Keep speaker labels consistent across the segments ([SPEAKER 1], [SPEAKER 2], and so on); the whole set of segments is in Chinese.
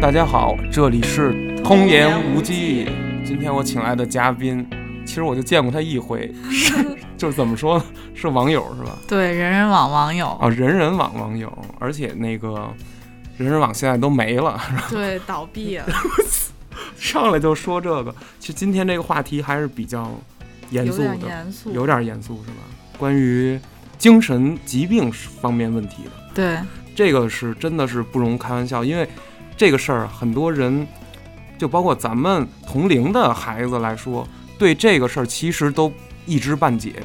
[SPEAKER 1] 大家好，这里是通言无忌。今天我请来的嘉宾，其实我就见过他一 回，是就是怎么说呢？是网友是吧？
[SPEAKER 2] 对，人人网网友，
[SPEAKER 1] 啊，人人网网友，而且那个人人网现在都没了，
[SPEAKER 2] 对，倒闭了，
[SPEAKER 1] 上来就说这个。其实今天这个话题还是比较严
[SPEAKER 2] 有
[SPEAKER 1] 肃的，
[SPEAKER 2] 点严肃，
[SPEAKER 1] 有点严肃是吧？关于精神疾病方面问题的。啊
[SPEAKER 2] 对，
[SPEAKER 1] 这个是真的是不容开玩笑，因为这个事儿很多人，就包括咱们同龄的孩子来说，对这个事儿其实都一知半解，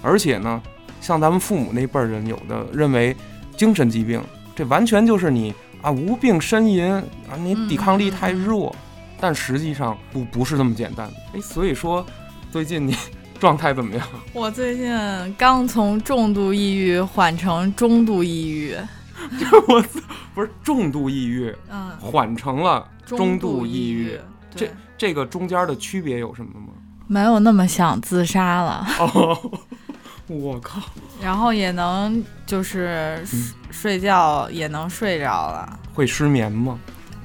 [SPEAKER 1] 而且呢，像咱们父母那辈儿人，有的认为精神疾病这完全就是你啊无病呻吟啊，你
[SPEAKER 2] 嗯
[SPEAKER 1] 抵抗力
[SPEAKER 2] 嗯
[SPEAKER 1] 太
[SPEAKER 2] 嗯
[SPEAKER 1] 弱，但实际上不不是那么简单。哎，所以说最近你 状态怎么样？
[SPEAKER 2] 我最近刚从重度抑郁缓成中度抑郁，
[SPEAKER 1] 我操不是重度抑郁
[SPEAKER 2] 嗯，
[SPEAKER 1] 缓成了中度抑郁。
[SPEAKER 2] 郁，
[SPEAKER 1] 这
[SPEAKER 2] 对，
[SPEAKER 1] 这个中间的区别有什么吗？
[SPEAKER 2] 没有那么想自杀了，
[SPEAKER 1] 哦，我靠，
[SPEAKER 2] 然后也能就是睡睡觉也能睡着了，
[SPEAKER 1] 会失眠吗？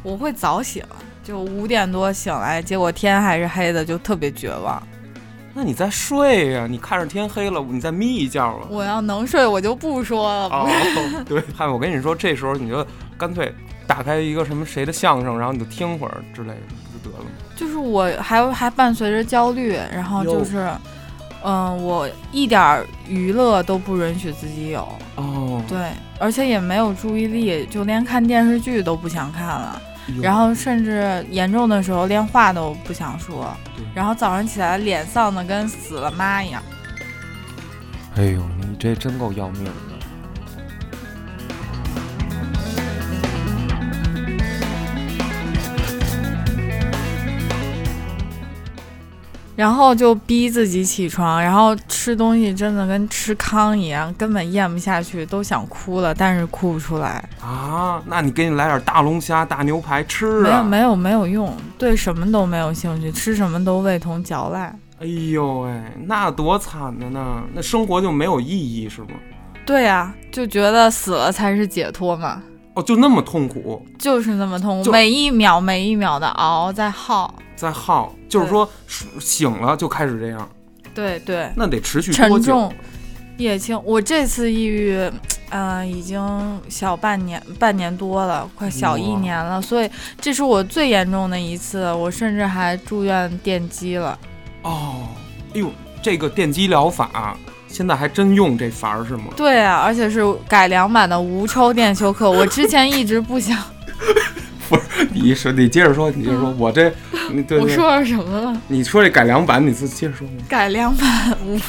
[SPEAKER 2] 我会早醒，就五点多醒来，结果天还是黑的，就特别绝望。
[SPEAKER 1] 那你再睡呀、你看着天黑了，你再眯一觉啊。
[SPEAKER 2] 我要能睡，我就不说了，不
[SPEAKER 1] 哦，对，嗨，我跟你说，这时候你就干脆打开一个什么谁的相声，然后你就听会儿之类的，不就得了吗？
[SPEAKER 2] 就是我还还伴随着焦虑，然后
[SPEAKER 1] 哟
[SPEAKER 2] 就是，嗯、我一点儿娱乐都不允许自己有，
[SPEAKER 1] 哦，
[SPEAKER 2] 对，而且也没有注意力，就连看电视剧都不想看了，
[SPEAKER 1] 哎呦
[SPEAKER 2] 然后甚至严重的时候连话都不想说
[SPEAKER 1] 对，
[SPEAKER 2] 然后早上起来脸丧的跟死了妈一样。
[SPEAKER 1] 哎呦，你这真够要命的。
[SPEAKER 2] 然后就逼自己起床，然后吃东西真的跟吃糠一样，根本咽不下去，都想哭了，但是哭不出来。
[SPEAKER 1] 啊，那你给你来点大龙虾、大牛排吃
[SPEAKER 2] 没有
[SPEAKER 1] 啊！
[SPEAKER 2] 没有没有用，对什么都没有兴趣，吃什么都味同嚼蜡。
[SPEAKER 1] 哎呦喂、那多惨的呢！那生活就没有意义是吗？
[SPEAKER 2] 对呀、就觉得死了才是解脱嘛，
[SPEAKER 1] 哦，就那么痛苦，
[SPEAKER 2] 就是那么痛
[SPEAKER 1] 就
[SPEAKER 2] 苦，每一秒每一秒的熬在耗。
[SPEAKER 1] 在耗，就是
[SPEAKER 2] 对
[SPEAKER 1] 说醒了就开始这样，
[SPEAKER 2] 对对，
[SPEAKER 1] 那得持续多
[SPEAKER 2] 沉
[SPEAKER 1] 久
[SPEAKER 2] 重？叶青，我这次抑郁，嗯、已经小半年半年多了，快小一
[SPEAKER 1] 哇
[SPEAKER 2] 年了，所以这是我最严重的一次，我甚至还住院电击了。
[SPEAKER 1] 哦，哎呦，这个电击疗法现在还真用这法儿是吗？
[SPEAKER 2] 对啊，而且是改良版的无抽电休克，我之前一直不想。
[SPEAKER 1] 你是你接着说，你接着说，我这，你对
[SPEAKER 2] 嗯我
[SPEAKER 1] 对，
[SPEAKER 2] 说了什么了？
[SPEAKER 1] 你说这改良版，你自接着说吧。
[SPEAKER 2] 改良 版无，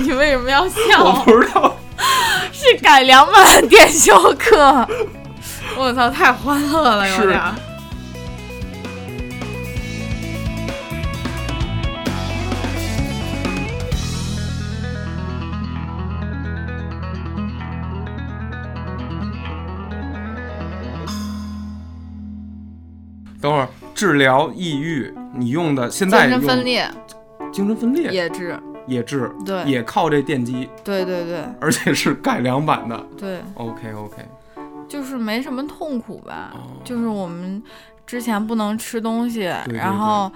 [SPEAKER 2] 你为什么要
[SPEAKER 1] 我
[SPEAKER 2] 笑？
[SPEAKER 1] 不知道，
[SPEAKER 2] 是改良版电休克。我操，太欢乐了，有
[SPEAKER 1] 是
[SPEAKER 2] 点儿。
[SPEAKER 1] 等会儿治疗抑郁，你用的现在
[SPEAKER 2] 精
[SPEAKER 1] 用
[SPEAKER 2] 神分，裂
[SPEAKER 1] 精神分裂
[SPEAKER 2] 也治，
[SPEAKER 1] 也治，
[SPEAKER 2] 对，
[SPEAKER 1] 也靠这电击，
[SPEAKER 2] 对对对
[SPEAKER 1] 而且是改良版的。
[SPEAKER 2] 对，
[SPEAKER 1] OK OK，
[SPEAKER 2] 就是没什么痛苦吧，
[SPEAKER 1] 哦
[SPEAKER 2] 就是我们之前不能吃东西，
[SPEAKER 1] 对对
[SPEAKER 2] 然后，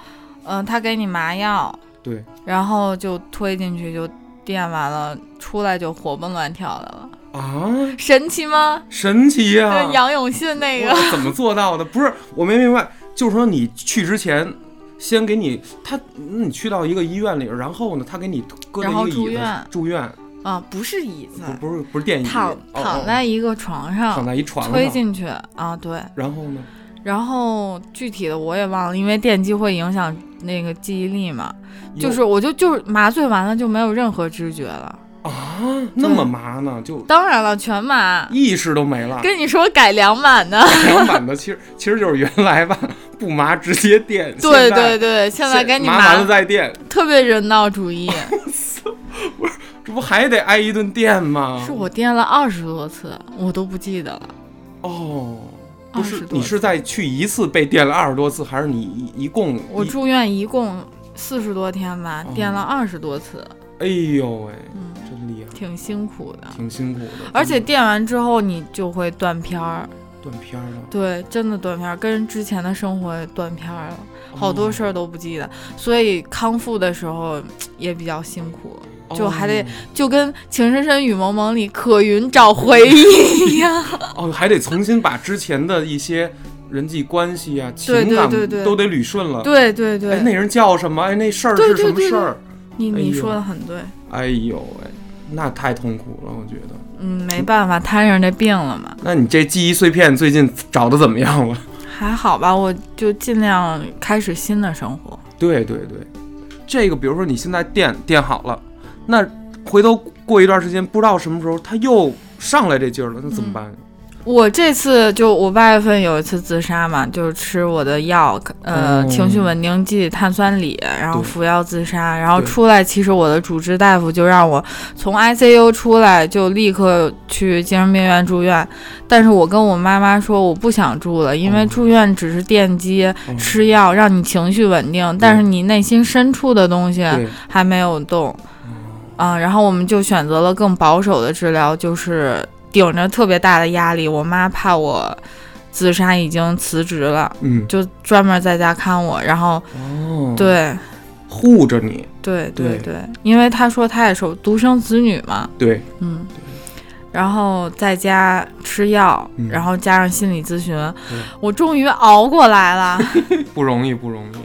[SPEAKER 2] 嗯、他给你麻药，
[SPEAKER 1] 对，
[SPEAKER 2] 然后就推进去就电完了，出来就活蹦乱跳的了，
[SPEAKER 1] 啊，
[SPEAKER 2] 神奇吗？
[SPEAKER 1] 神奇呀、
[SPEAKER 2] 呃杨永信那个。
[SPEAKER 1] 我怎么做到的？不是，我没明白，就是说你去之前，先给你他，嗯你去到一个医院里，然后呢，他给你搁在
[SPEAKER 2] 然
[SPEAKER 1] 一
[SPEAKER 2] 后
[SPEAKER 1] 个椅
[SPEAKER 2] 住
[SPEAKER 1] 子
[SPEAKER 2] 院
[SPEAKER 1] 住院，
[SPEAKER 2] 啊，不是椅子，
[SPEAKER 1] 不不是不是电椅，
[SPEAKER 2] 躺
[SPEAKER 1] 哦哦
[SPEAKER 2] 躺在一个床
[SPEAKER 1] 躺
[SPEAKER 2] 上，
[SPEAKER 1] 在一床
[SPEAKER 2] 推
[SPEAKER 1] 上，
[SPEAKER 2] 进去啊，对。
[SPEAKER 1] 然后呢，
[SPEAKER 2] 然后具体的我也忘了，因为电击会影响那个记忆力嘛。就
[SPEAKER 1] 有
[SPEAKER 2] 是我就就是麻醉完了就没有任何知觉了，
[SPEAKER 1] 啊，那么麻呢，就
[SPEAKER 2] 当然了，全麻。
[SPEAKER 1] 意识都没了。
[SPEAKER 2] 跟你说改良版的，
[SPEAKER 1] 改良版的其实其实就是原来吧，不麻直接电，
[SPEAKER 2] 对
[SPEAKER 1] 现在
[SPEAKER 2] 对对，现在给你
[SPEAKER 1] 麻
[SPEAKER 2] 麻
[SPEAKER 1] 完了再电，
[SPEAKER 2] 特别人道主义。
[SPEAKER 1] 这不还得挨一顿电吗？
[SPEAKER 2] 是我电了二十多次，我都不记得了。
[SPEAKER 1] 哦。不
[SPEAKER 2] 20
[SPEAKER 1] 是，
[SPEAKER 2] 多
[SPEAKER 1] 你是在去一次被电了二十多次，还是你一一共
[SPEAKER 2] 我
[SPEAKER 1] 一
[SPEAKER 2] 住院一共四十多天吧，
[SPEAKER 1] 哦
[SPEAKER 2] 电了二十多次，
[SPEAKER 1] 哎呦喂，
[SPEAKER 2] 嗯，
[SPEAKER 1] 真厉害，
[SPEAKER 2] 挺辛苦的。
[SPEAKER 1] 挺辛苦的，
[SPEAKER 2] 而且
[SPEAKER 1] 真的
[SPEAKER 2] 电完之后你就会断片儿，
[SPEAKER 1] 断片儿了。
[SPEAKER 2] 对，真的断片儿，跟之前的生活也断片儿了，好
[SPEAKER 1] 哦
[SPEAKER 2] 多事儿都不记得，所以康复的时候也比较辛苦，
[SPEAKER 1] 哦
[SPEAKER 2] 就还得就跟《情深深雨蒙蒙》里可云找回忆 一样。
[SPEAKER 1] 哦，还得重新把之前的一些人际关系啊、情
[SPEAKER 2] 对对
[SPEAKER 1] 感
[SPEAKER 2] 对对
[SPEAKER 1] 都得捋顺了。
[SPEAKER 2] 对对
[SPEAKER 1] 哎，
[SPEAKER 2] 对，
[SPEAKER 1] 那人叫什么？哎，那事儿
[SPEAKER 2] 对
[SPEAKER 1] 是
[SPEAKER 2] 对
[SPEAKER 1] 什么
[SPEAKER 2] 对
[SPEAKER 1] 事儿？
[SPEAKER 2] 你你
[SPEAKER 1] 哎呦
[SPEAKER 2] 说的很对，
[SPEAKER 1] 哎呦喂、那太痛苦了，我觉得。
[SPEAKER 2] 嗯，没办法，摊上这病了嘛，
[SPEAKER 1] 那你这记忆碎片最近找的怎么样 了？
[SPEAKER 2] 还好吧，我就尽量开始新的生活。
[SPEAKER 1] 对对对，这个比如说你现在垫垫好了，那回头过一段时间，不知道什么时候他又上来这劲儿了，那怎么办呀？
[SPEAKER 2] 嗯我这次就我八月份有一次自杀嘛，就是吃我的药，呃，
[SPEAKER 1] 哦
[SPEAKER 2] 情绪稳定剂碳酸锂，然后
[SPEAKER 1] 对
[SPEAKER 2] 服药自杀，然后
[SPEAKER 1] 对
[SPEAKER 2] 出来，其实我的主治大夫就让我从 ICU 出来就立刻去精神病院住院，但是我跟我妈妈说我不想住了，因为
[SPEAKER 1] 哦
[SPEAKER 2] 住院只是电击，
[SPEAKER 1] 哦
[SPEAKER 2] 吃药让你情绪稳定，但是你内心深处的东西
[SPEAKER 1] 对，
[SPEAKER 2] 还没有动，啊，然后我们就选择了更保守的治疗，就是顶着特别大的压力，我妈怕我自杀已经辞职了，
[SPEAKER 1] 嗯，
[SPEAKER 2] 就专门在家看我，然后
[SPEAKER 1] 哦，，
[SPEAKER 2] 对
[SPEAKER 1] 护着你，
[SPEAKER 2] 对对
[SPEAKER 1] 对
[SPEAKER 2] 对，因为她说她也是独生子女嘛，
[SPEAKER 1] 对，
[SPEAKER 2] 嗯。然后在家吃药，
[SPEAKER 1] 嗯
[SPEAKER 2] 然后加上心理咨询，
[SPEAKER 1] 对
[SPEAKER 2] 我终于熬过来了。
[SPEAKER 1] 不容易，不容易。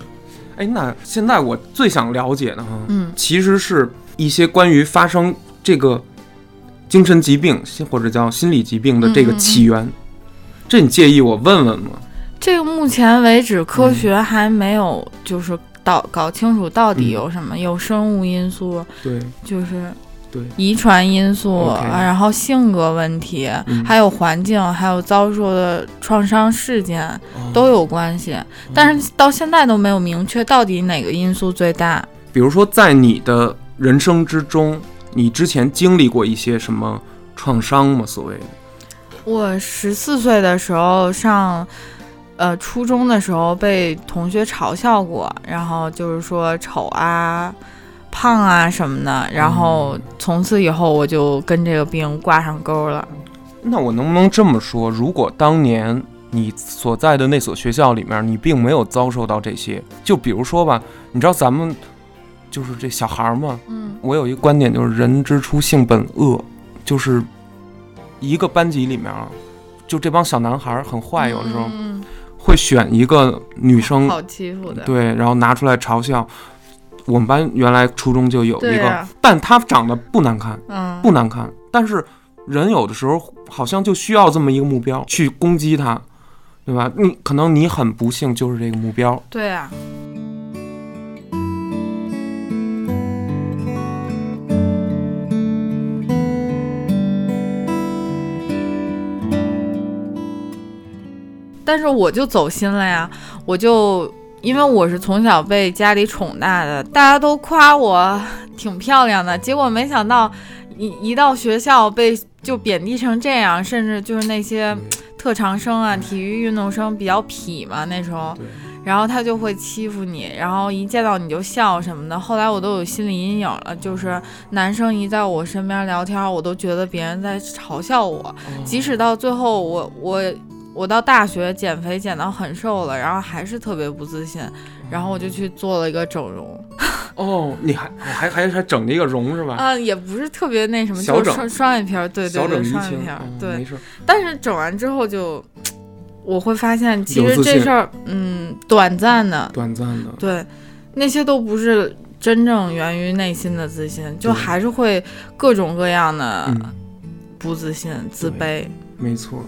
[SPEAKER 1] 哎，那现在我最想了解的哈，
[SPEAKER 2] 嗯
[SPEAKER 1] 其实是一些关于发生这个精神疾病或者叫心理疾病的这个
[SPEAKER 2] 嗯嗯嗯
[SPEAKER 1] 起源。这你介意我问问吗？
[SPEAKER 2] 这个目前为止，科
[SPEAKER 1] 嗯
[SPEAKER 2] 学还没有就是搞搞清楚到
[SPEAKER 1] 嗯
[SPEAKER 2] 底有什么，有生物因素，
[SPEAKER 1] 对，
[SPEAKER 2] 就是
[SPEAKER 1] 对
[SPEAKER 2] 遗传因素
[SPEAKER 1] OK
[SPEAKER 2] 啊，然后性格问题，
[SPEAKER 1] 嗯
[SPEAKER 2] 还有环境，还有遭受的创伤事件都
[SPEAKER 1] 有。
[SPEAKER 2] 有关系。
[SPEAKER 1] 嗯
[SPEAKER 2] 但是到现在都没有明确到底哪个因素最大。
[SPEAKER 1] 比如说，在你的人生之中，你之前经历过一些什么创伤吗？所谓的
[SPEAKER 2] 我十四岁的时候上。呃，初中的时候被同学嘲笑过，然后就是说丑啊、胖啊什么的，然
[SPEAKER 1] 嗯
[SPEAKER 2] 后从此以后我就跟这个病挂上钩了。
[SPEAKER 1] 那我能不能这么说？如果当年你所在的那所学校里面，你并没有遭受到这些，就比如说吧，你知道咱们就是这小孩儿嘛，
[SPEAKER 2] 嗯
[SPEAKER 1] 我有一个观点，就是人之初性本恶，就是一个班级里面啊，就这帮小男孩儿很坏，有的时候
[SPEAKER 2] 嗯、
[SPEAKER 1] 会选一个女生，
[SPEAKER 2] 好欺负的，
[SPEAKER 1] 对，然后拿出来嘲笑。我们班原来初中就有一
[SPEAKER 2] 对
[SPEAKER 1] 个，
[SPEAKER 2] 啊呀、
[SPEAKER 1] 但她长得不难看，
[SPEAKER 2] 嗯，
[SPEAKER 1] 不难看，但是人有的时候好像就需要这么一个目标去攻击她，对吧？你可能你很不幸就是这个目标，
[SPEAKER 2] 对啊呀、但是我就走心了呀，我就因为我是从小被家里宠大的，大家都夸我挺漂亮的，结果没想到一一到学校被就贬低成这样，甚至就是那些特长生啊、体育运动生比较痞嘛那时候
[SPEAKER 1] 对，
[SPEAKER 2] 然后他就会欺负你，然后一见到你就笑什么的。后来我都有心理阴影了，就是男生一在我身边聊天，我都觉得别人在嘲笑我。即使到最后我， 我我到大学减肥减到很瘦了，然后还是特别不自信，然后我就去做了一个整容，
[SPEAKER 1] 哦，你还还还还整了一个容是吧？
[SPEAKER 2] 嗯，也不是特别那什么，
[SPEAKER 1] 小
[SPEAKER 2] 就是
[SPEAKER 1] 啊整
[SPEAKER 2] 双双眼皮儿，对对
[SPEAKER 1] 小整
[SPEAKER 2] 对，
[SPEAKER 1] 怡
[SPEAKER 2] 双眼
[SPEAKER 1] 情
[SPEAKER 2] 皮儿，，
[SPEAKER 1] 嗯
[SPEAKER 2] 对
[SPEAKER 1] 没。事儿。
[SPEAKER 2] 但是整完之后就，我会发现其
[SPEAKER 1] 有
[SPEAKER 2] 实
[SPEAKER 1] 自
[SPEAKER 2] 这
[SPEAKER 1] 信
[SPEAKER 2] 事儿，嗯，短暂的，
[SPEAKER 1] 短暂的，
[SPEAKER 2] 对，那些都不是真正源于内心的自信，就
[SPEAKER 1] 对
[SPEAKER 2] 还是会各种各样的
[SPEAKER 1] 嗯，
[SPEAKER 2] 不自信、自卑。
[SPEAKER 1] 没错。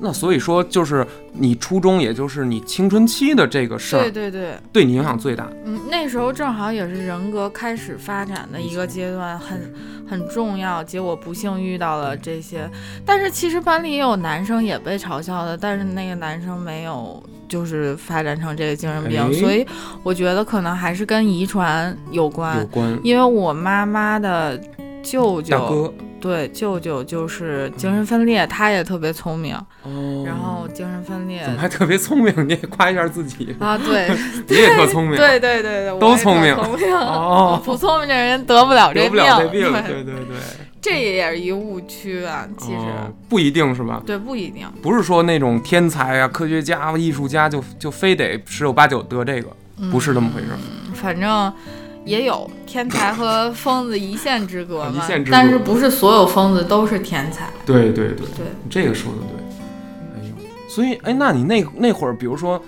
[SPEAKER 1] 那所以说，就是你初中，也就是你青春期的这个事
[SPEAKER 2] 对
[SPEAKER 1] 儿，
[SPEAKER 2] 对对，
[SPEAKER 1] 对你影响最大。
[SPEAKER 2] 嗯，那时候正好也是人格开始发展的一个阶段，很很重要。结果不幸遇到了这些，但是其实班里也有男生也被嘲笑的，但是那个男生没有就是发展成这个精神病，
[SPEAKER 1] 哎
[SPEAKER 2] 所以我觉得可能还是跟遗传啊有关。
[SPEAKER 1] 有关
[SPEAKER 2] 因为我妈妈的舅
[SPEAKER 1] 大
[SPEAKER 2] 舅，
[SPEAKER 1] 哥
[SPEAKER 2] 对舅舅就是精神分裂，他也特别聪明，
[SPEAKER 1] 哦，
[SPEAKER 2] 然后精神分裂
[SPEAKER 1] 怎么还特别聪明？你也夸一下自己，
[SPEAKER 2] 啊，对
[SPEAKER 1] 你也特聪明，啊
[SPEAKER 2] 对对对对，我
[SPEAKER 1] 都
[SPEAKER 2] 也特
[SPEAKER 1] 聪明
[SPEAKER 2] 聪明
[SPEAKER 1] 哦
[SPEAKER 2] 不聪明的人得不了这
[SPEAKER 1] 得不了这病，对对对，
[SPEAKER 2] 这也是一个误区啊。其实，
[SPEAKER 1] 哦不一定是吧？
[SPEAKER 2] 对，不一定。
[SPEAKER 1] 不是说那种天才啊、科学家、艺术家就就非得十有八九得这个，不是这么回事。
[SPEAKER 2] 嗯反正也有天才和疯子一线之隔
[SPEAKER 1] 啊
[SPEAKER 2] 嘛，
[SPEAKER 1] 一线之隔
[SPEAKER 2] 但是不是所有疯子都是天才？
[SPEAKER 1] 对对对
[SPEAKER 2] 对，
[SPEAKER 1] 这个说的对。哎呦，所以哎，那你那那会儿，比如说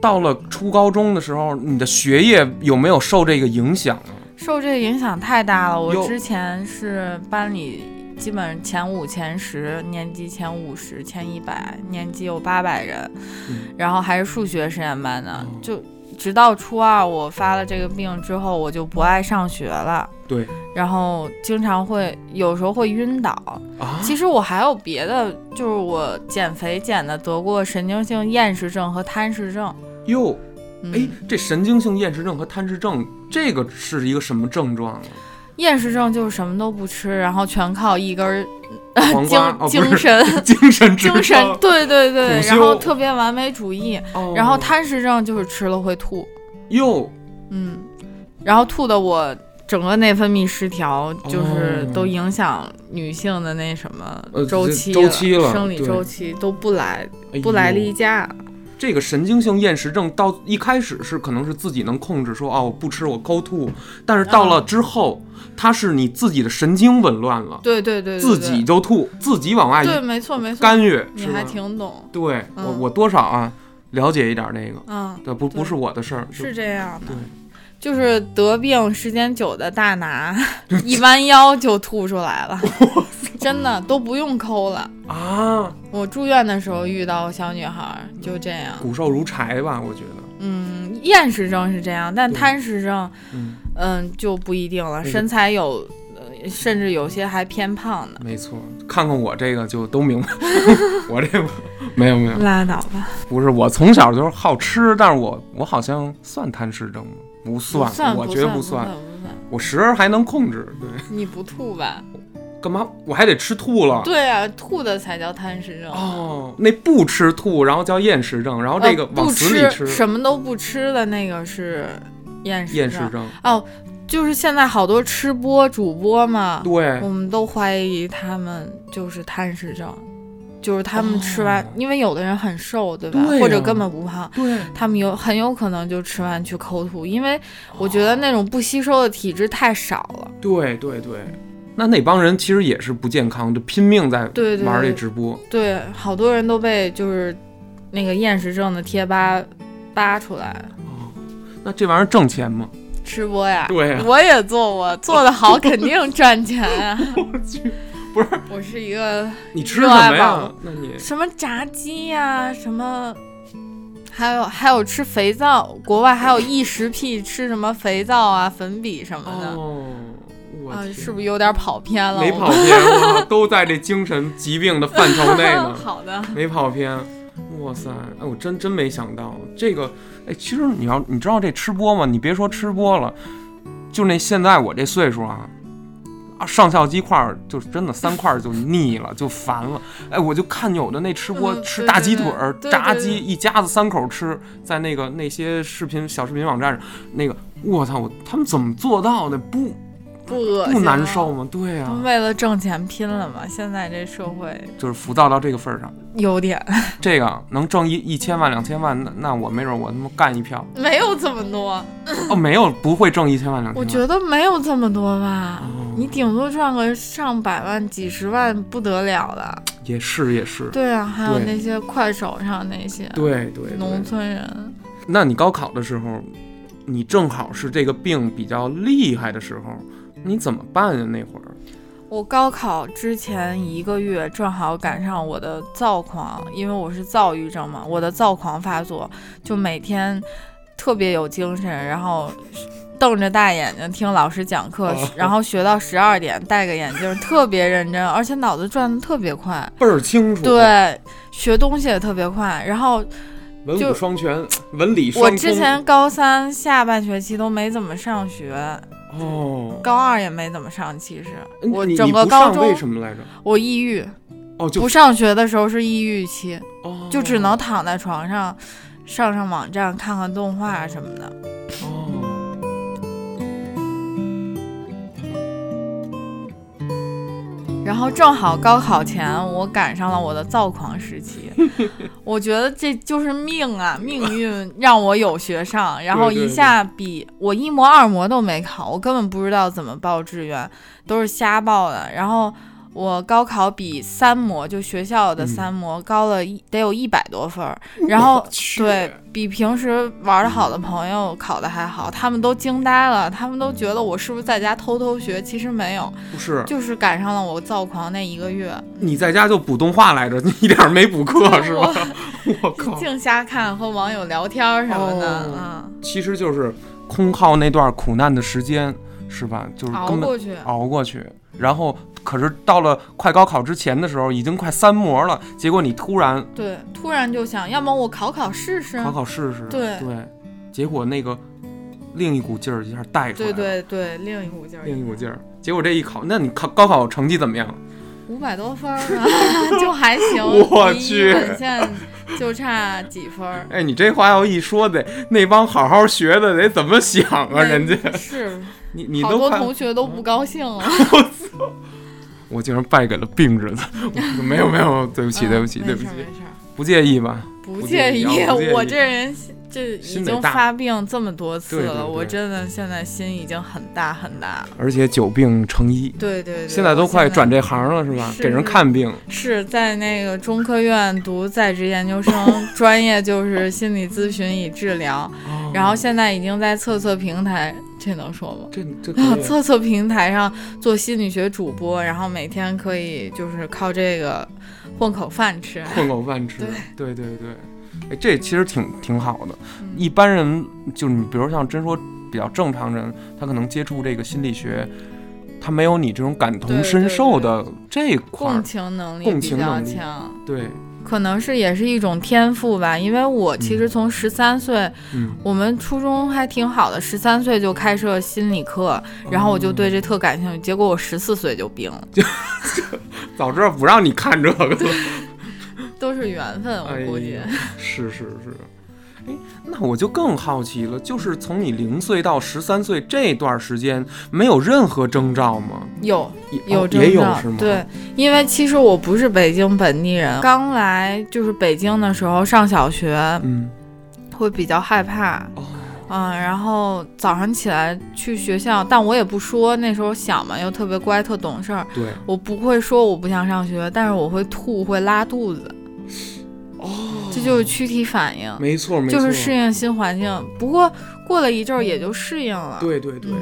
[SPEAKER 1] 到了初高中的时候，你的学业有没有受这个影响啊？
[SPEAKER 2] 受这个影响太大了。我
[SPEAKER 1] 有
[SPEAKER 2] 之前是班里基本前五、前十，年级前五十、前一百，年级有八百人，
[SPEAKER 1] 嗯
[SPEAKER 2] 然后还是数学实验班呢
[SPEAKER 1] 哦，
[SPEAKER 2] 就。直到初二，我发了这个病之后，我就不爱上学了。
[SPEAKER 1] 对，
[SPEAKER 2] 然后经常会有时候会晕倒，
[SPEAKER 1] 啊，
[SPEAKER 2] 其实我还有别的，就是我减肥减的得过神经性厌食症和贪食症。
[SPEAKER 1] 哟，
[SPEAKER 2] 嗯、
[SPEAKER 1] 哎，这神经性厌食症和贪吃症，这个是一个什么症状 啊？
[SPEAKER 2] 厌食症就是什么都不吃，然后全靠一根儿
[SPEAKER 1] 黄
[SPEAKER 2] 精、
[SPEAKER 1] 瓜哦，不
[SPEAKER 2] 精
[SPEAKER 1] 是
[SPEAKER 2] 神。
[SPEAKER 1] 精神之
[SPEAKER 2] 精神
[SPEAKER 1] 窗
[SPEAKER 2] 对对对，
[SPEAKER 1] 苦
[SPEAKER 2] 然后
[SPEAKER 1] 修
[SPEAKER 2] 特别完美主义，
[SPEAKER 1] 哦
[SPEAKER 2] 然后贪食症就是吃了会吐，
[SPEAKER 1] 哟，
[SPEAKER 2] 嗯，然后吐的我整个内分泌失调，就是
[SPEAKER 1] 哦
[SPEAKER 2] 都影响女性的那什么
[SPEAKER 1] 呃
[SPEAKER 2] 周
[SPEAKER 1] 这
[SPEAKER 2] 期
[SPEAKER 1] 周期了
[SPEAKER 2] 生理
[SPEAKER 1] 对
[SPEAKER 2] 周期都不来
[SPEAKER 1] 哎
[SPEAKER 2] 不来
[SPEAKER 1] 呦
[SPEAKER 2] 例假，
[SPEAKER 1] 这个神经性厌食症到一开始是可能是自己能控制说，哦我不吃我抠吐，
[SPEAKER 2] 嗯
[SPEAKER 1] 但是到了之后，它是你自己的神经紊乱了，
[SPEAKER 2] 对对对对
[SPEAKER 1] 自己就吐，自己往外
[SPEAKER 2] 对，对没错没错，
[SPEAKER 1] 干预，
[SPEAKER 2] 你
[SPEAKER 1] 是
[SPEAKER 2] 还
[SPEAKER 1] 吧？
[SPEAKER 2] 挺懂，
[SPEAKER 1] 对
[SPEAKER 2] 嗯
[SPEAKER 1] 我我多少啊了解一点这个，
[SPEAKER 2] 嗯，
[SPEAKER 1] 对不不
[SPEAKER 2] 对
[SPEAKER 1] 是我的事儿，
[SPEAKER 2] 是这样的
[SPEAKER 1] 对。
[SPEAKER 2] 就是得病时间久的大 拿，一弯腰就吐出来了，真的都不用抠了。
[SPEAKER 1] 就啊，
[SPEAKER 2] 我住院的时候遇到小女孩儿，就这样。
[SPEAKER 1] 骨瘦如柴吧，我觉得，
[SPEAKER 2] 嗯，厌食症是这样，但
[SPEAKER 1] 对
[SPEAKER 2] 贪食症，
[SPEAKER 1] 嗯，
[SPEAKER 2] 嗯，就不一定了。
[SPEAKER 1] 对
[SPEAKER 2] 身材有，呃甚至有些还偏胖呢。
[SPEAKER 1] 没错，看看我这个就都 明白，我这个没有没有，
[SPEAKER 2] 拉倒吧，
[SPEAKER 1] 不是，我从小就是好吃，但是我我好像算贪吃症吗？不算，
[SPEAKER 2] 不算
[SPEAKER 1] 我
[SPEAKER 2] 不
[SPEAKER 1] 觉得
[SPEAKER 2] 算，不
[SPEAKER 1] 算，
[SPEAKER 2] 不算。
[SPEAKER 1] 我时而还能控制。对，
[SPEAKER 2] 你不 吐吧？
[SPEAKER 1] 干嘛？我还得吃吐了。
[SPEAKER 2] 对啊，吐的才叫贪食症。
[SPEAKER 1] 哦，那不吃吐，然后叫厌食症，然后这个
[SPEAKER 2] 呃
[SPEAKER 1] 往
[SPEAKER 2] 不
[SPEAKER 1] 死里吃，
[SPEAKER 2] 什么都不吃的那个是厌食
[SPEAKER 1] 厌食症。
[SPEAKER 2] 啊就是现在好多吃播主播嘛，
[SPEAKER 1] 对
[SPEAKER 2] 我，们都怀疑他们就是贪食症，就是他们吃完，
[SPEAKER 1] 哦
[SPEAKER 2] 因为有的人很瘦，对吧？
[SPEAKER 1] 对啊
[SPEAKER 2] 或者根本不胖，
[SPEAKER 1] 对，
[SPEAKER 2] 他们有很有可能就吃完去抠吐，因为我觉得那种不吸收的体质太少了。
[SPEAKER 1] 对，对，对。那那帮人其实也是不健康，就拼命在
[SPEAKER 2] 对对
[SPEAKER 1] 玩这
[SPEAKER 2] 对
[SPEAKER 1] 直播。
[SPEAKER 2] 对，好多人都被就是那个厌食症的贴吧扒出来
[SPEAKER 1] 哦，那这玩意儿挣钱吗？
[SPEAKER 2] 吃播呀。
[SPEAKER 1] 对啊，
[SPEAKER 2] 我也做过，做 的好肯定赚钱啊！
[SPEAKER 1] 我去，不是
[SPEAKER 2] 我是一个
[SPEAKER 1] 你吃
[SPEAKER 2] 热
[SPEAKER 1] 什
[SPEAKER 2] 爱
[SPEAKER 1] 么
[SPEAKER 2] 吧
[SPEAKER 1] 呀？那你
[SPEAKER 2] 什么炸鸡呀、什么，还有还有吃肥皂，国外还有异食癖吃什么肥皂啊、粉笔什么的。
[SPEAKER 1] 哦，我
[SPEAKER 2] 啊，
[SPEAKER 1] 天
[SPEAKER 2] 是不是有点跑偏了？
[SPEAKER 1] 没
[SPEAKER 2] 我
[SPEAKER 1] 跑偏，我操都在这精神疾病的范畴内呢。
[SPEAKER 2] 好 的，
[SPEAKER 1] 没跑偏。哇塞，哎，我真真没想到这个，哎，其实你要你知道这吃播吗？你别说吃播了，就那现在我这岁数啊，啊，上校鸡块儿就真的三块儿就腻了，就烦了。哎，我就看有的那吃播
[SPEAKER 2] 嗯
[SPEAKER 1] 吃
[SPEAKER 2] 对
[SPEAKER 1] 大
[SPEAKER 2] 对
[SPEAKER 1] 鸡
[SPEAKER 2] 对
[SPEAKER 1] 腿儿、
[SPEAKER 2] 对
[SPEAKER 1] 炸
[SPEAKER 2] 对
[SPEAKER 1] 鸡，
[SPEAKER 2] 对
[SPEAKER 1] 一家子三口吃，在那个那些视频小视频网站上，那个我操，我他们怎么做到的？不
[SPEAKER 2] 不恶心啊
[SPEAKER 1] 不难
[SPEAKER 2] 吗
[SPEAKER 1] 受？吗？对啊呀、
[SPEAKER 2] 他们为了挣钱拼了嘛！现在这社会
[SPEAKER 1] 就是浮躁到这个份儿上。
[SPEAKER 2] 有 点
[SPEAKER 1] 这个能挣一一千万两千万，那那我没准我他妈干一票
[SPEAKER 2] 没有这么多，
[SPEAKER 1] 哦，没有不会挣一千万两千
[SPEAKER 2] 我
[SPEAKER 1] 万。
[SPEAKER 2] 觉得没有这么多吧。
[SPEAKER 1] 哦
[SPEAKER 2] 你顶多赚个上百万、几十万不得了了。
[SPEAKER 1] 也是也是，
[SPEAKER 2] 对啊，还有
[SPEAKER 1] 对
[SPEAKER 2] 那些快手上那些
[SPEAKER 1] 对对
[SPEAKER 2] 农
[SPEAKER 1] 对。
[SPEAKER 2] 村人，
[SPEAKER 1] 那你高考的时候，你正好是这个病比较厉害的时候，你怎么办呀？那会儿
[SPEAKER 2] 我高考之前一个月正好赶上我的躁狂，因为我是躁郁症嘛，我的躁狂发作，就每天特别有精神，然后瞪着大眼睛听老师讲课，
[SPEAKER 1] 哦
[SPEAKER 2] 然后学到十二点，戴个眼镜，特别认真，而且脑子转的特别快，
[SPEAKER 1] 倍儿清楚，，
[SPEAKER 2] 对，学东西也特别快，然后
[SPEAKER 1] 文武
[SPEAKER 2] 就
[SPEAKER 1] 双全，文理双
[SPEAKER 2] 我
[SPEAKER 1] 通。
[SPEAKER 2] 之前高三下半学期都没怎么上学，
[SPEAKER 1] 哦，
[SPEAKER 2] 高二也没怎么上，其实
[SPEAKER 1] 哎
[SPEAKER 2] 我
[SPEAKER 1] 你
[SPEAKER 2] 整
[SPEAKER 1] 你
[SPEAKER 2] 个
[SPEAKER 1] 不
[SPEAKER 2] 高
[SPEAKER 1] 上为
[SPEAKER 2] 中
[SPEAKER 1] 什么来着？
[SPEAKER 2] 我抑郁。
[SPEAKER 1] 哦，就
[SPEAKER 2] 不上学的时候是抑郁期，
[SPEAKER 1] 哦
[SPEAKER 2] 就只能躺在床上，上上网站看看动画啊什么的。
[SPEAKER 1] 哦。
[SPEAKER 2] 然后正好高考前我赶上了我的躁狂 时期，我觉得这就是命啊，命运让我有学上，然后
[SPEAKER 1] 对对
[SPEAKER 2] 一下比我一模二模都没考，我根本不知道怎么报志愿，都是瞎报的，然后。我高考比三模，就学校的
[SPEAKER 1] 嗯
[SPEAKER 2] 三模、高了一得有一百多分儿，然后
[SPEAKER 1] 我去
[SPEAKER 2] 对比平时玩的好的朋友考的还好，他们都惊呆了，他们都觉得我是不是在家偷偷学？其实没有，
[SPEAKER 1] 不是
[SPEAKER 2] 就是赶上了我躁狂那一个月，
[SPEAKER 1] 你在家就补动画来着，你一点儿没补课是吧？ 我靠！
[SPEAKER 2] 净瞎看和网友聊天儿什么的，嗯
[SPEAKER 1] 哦其实就是空靠那段苦难的时间，是吧？就是
[SPEAKER 2] 嗯，熬
[SPEAKER 1] 根本
[SPEAKER 2] 过去。
[SPEAKER 1] 熬过去，然后可是到了快高考之前的时候，已经快三模了，结果你突然
[SPEAKER 2] 对，突然就想，要么我考考试试。
[SPEAKER 1] 考考试试，
[SPEAKER 2] 嗯对
[SPEAKER 1] 结果那个另一股劲儿一下带出来
[SPEAKER 2] 对
[SPEAKER 1] 了，
[SPEAKER 2] 对对，另一股劲儿，
[SPEAKER 1] 另一股劲儿。结果这一考，那你考高考成绩怎么样？
[SPEAKER 2] 五百多分儿 呢， 就还行。
[SPEAKER 1] 我
[SPEAKER 2] 离
[SPEAKER 1] 去。
[SPEAKER 2] 本线就差几分儿
[SPEAKER 1] 哎，你这话要一说得，那帮好好学的得怎么想啊？
[SPEAKER 2] 那
[SPEAKER 1] 人家
[SPEAKER 2] 是
[SPEAKER 1] 你你
[SPEAKER 2] 好
[SPEAKER 1] 都
[SPEAKER 2] 多
[SPEAKER 1] 快
[SPEAKER 2] 同学都不高兴啊了。
[SPEAKER 1] 我竟然败给了病人， 没有没 有，对不起 对不起
[SPEAKER 2] 嗯
[SPEAKER 1] 对不起
[SPEAKER 2] 没事，儿没事儿
[SPEAKER 1] 不介意吧？
[SPEAKER 2] 不
[SPEAKER 1] 不
[SPEAKER 2] 介
[SPEAKER 1] 介
[SPEAKER 2] 意
[SPEAKER 1] 意啊不介。意
[SPEAKER 2] 我这人这已
[SPEAKER 1] 心得
[SPEAKER 2] 经
[SPEAKER 1] 大
[SPEAKER 2] 发病这么多次
[SPEAKER 1] 对对
[SPEAKER 2] 了，
[SPEAKER 1] 对
[SPEAKER 2] 我真的现在心已经很大很大。
[SPEAKER 1] 而且久病成医，
[SPEAKER 2] 对对对，
[SPEAKER 1] 现在都
[SPEAKER 2] 我
[SPEAKER 1] 快转这行了是吧？
[SPEAKER 2] 是
[SPEAKER 1] 给人看病，
[SPEAKER 2] 是在那个中科院读在职研究生，专业就是心理咨询与治疗，
[SPEAKER 1] 嗯
[SPEAKER 2] 然后现在已经在测测平台，这啊能说吗？
[SPEAKER 1] 这这可以
[SPEAKER 2] 测测平台上做心理学主播，然后每天可以就是靠这个混口饭吃。
[SPEAKER 1] 混口饭吃，对对对，哎，这其实挺挺好的。
[SPEAKER 2] 嗯
[SPEAKER 1] 一般人就你，比如像真说比较正常人，他可能接触这个心理学，他没有你这种感
[SPEAKER 2] 对
[SPEAKER 1] 同
[SPEAKER 2] 对
[SPEAKER 1] 身受的这一块
[SPEAKER 2] 共
[SPEAKER 1] 儿，
[SPEAKER 2] 情能力
[SPEAKER 1] 共
[SPEAKER 2] 比
[SPEAKER 1] 情
[SPEAKER 2] 较
[SPEAKER 1] 能力
[SPEAKER 2] 强，
[SPEAKER 1] 对，
[SPEAKER 2] 可能是也是一种天赋吧，因为我其实从十三岁，
[SPEAKER 1] 嗯，
[SPEAKER 2] 我们初中还挺好的，十三岁就开设心理课，然后我就对这特感
[SPEAKER 1] 哦
[SPEAKER 2] 兴趣，结果我十四岁就病了，
[SPEAKER 1] 早知道不让你看这个了。
[SPEAKER 2] 都是缘分，
[SPEAKER 1] 哎
[SPEAKER 2] 我估计。
[SPEAKER 1] 呀 是是是。哎，那我就更好奇了，就是从你零岁到十三岁这段时间，没有任何征兆吗？
[SPEAKER 2] 有
[SPEAKER 1] 也
[SPEAKER 2] 有
[SPEAKER 1] 哦
[SPEAKER 2] 征兆，
[SPEAKER 1] 也有是吗？
[SPEAKER 2] 对，因为其实我不是北京本地人，刚来就是北京的时候上小学
[SPEAKER 1] 嗯，
[SPEAKER 2] 会比较害怕，
[SPEAKER 1] 哦，
[SPEAKER 2] 嗯，然后早上起来去学校，但我也不说，那时候小嘛，又特别乖，特懂事儿，
[SPEAKER 1] 对，
[SPEAKER 2] 我不会说我不想上学，但是我会吐，会拉肚子，
[SPEAKER 1] 哦，
[SPEAKER 2] 这就是躯体反应，
[SPEAKER 1] 没错没错，
[SPEAKER 2] 嗯就是适应新环境。不过过了一阵儿也就适应了。
[SPEAKER 1] 对对对，
[SPEAKER 2] 嗯。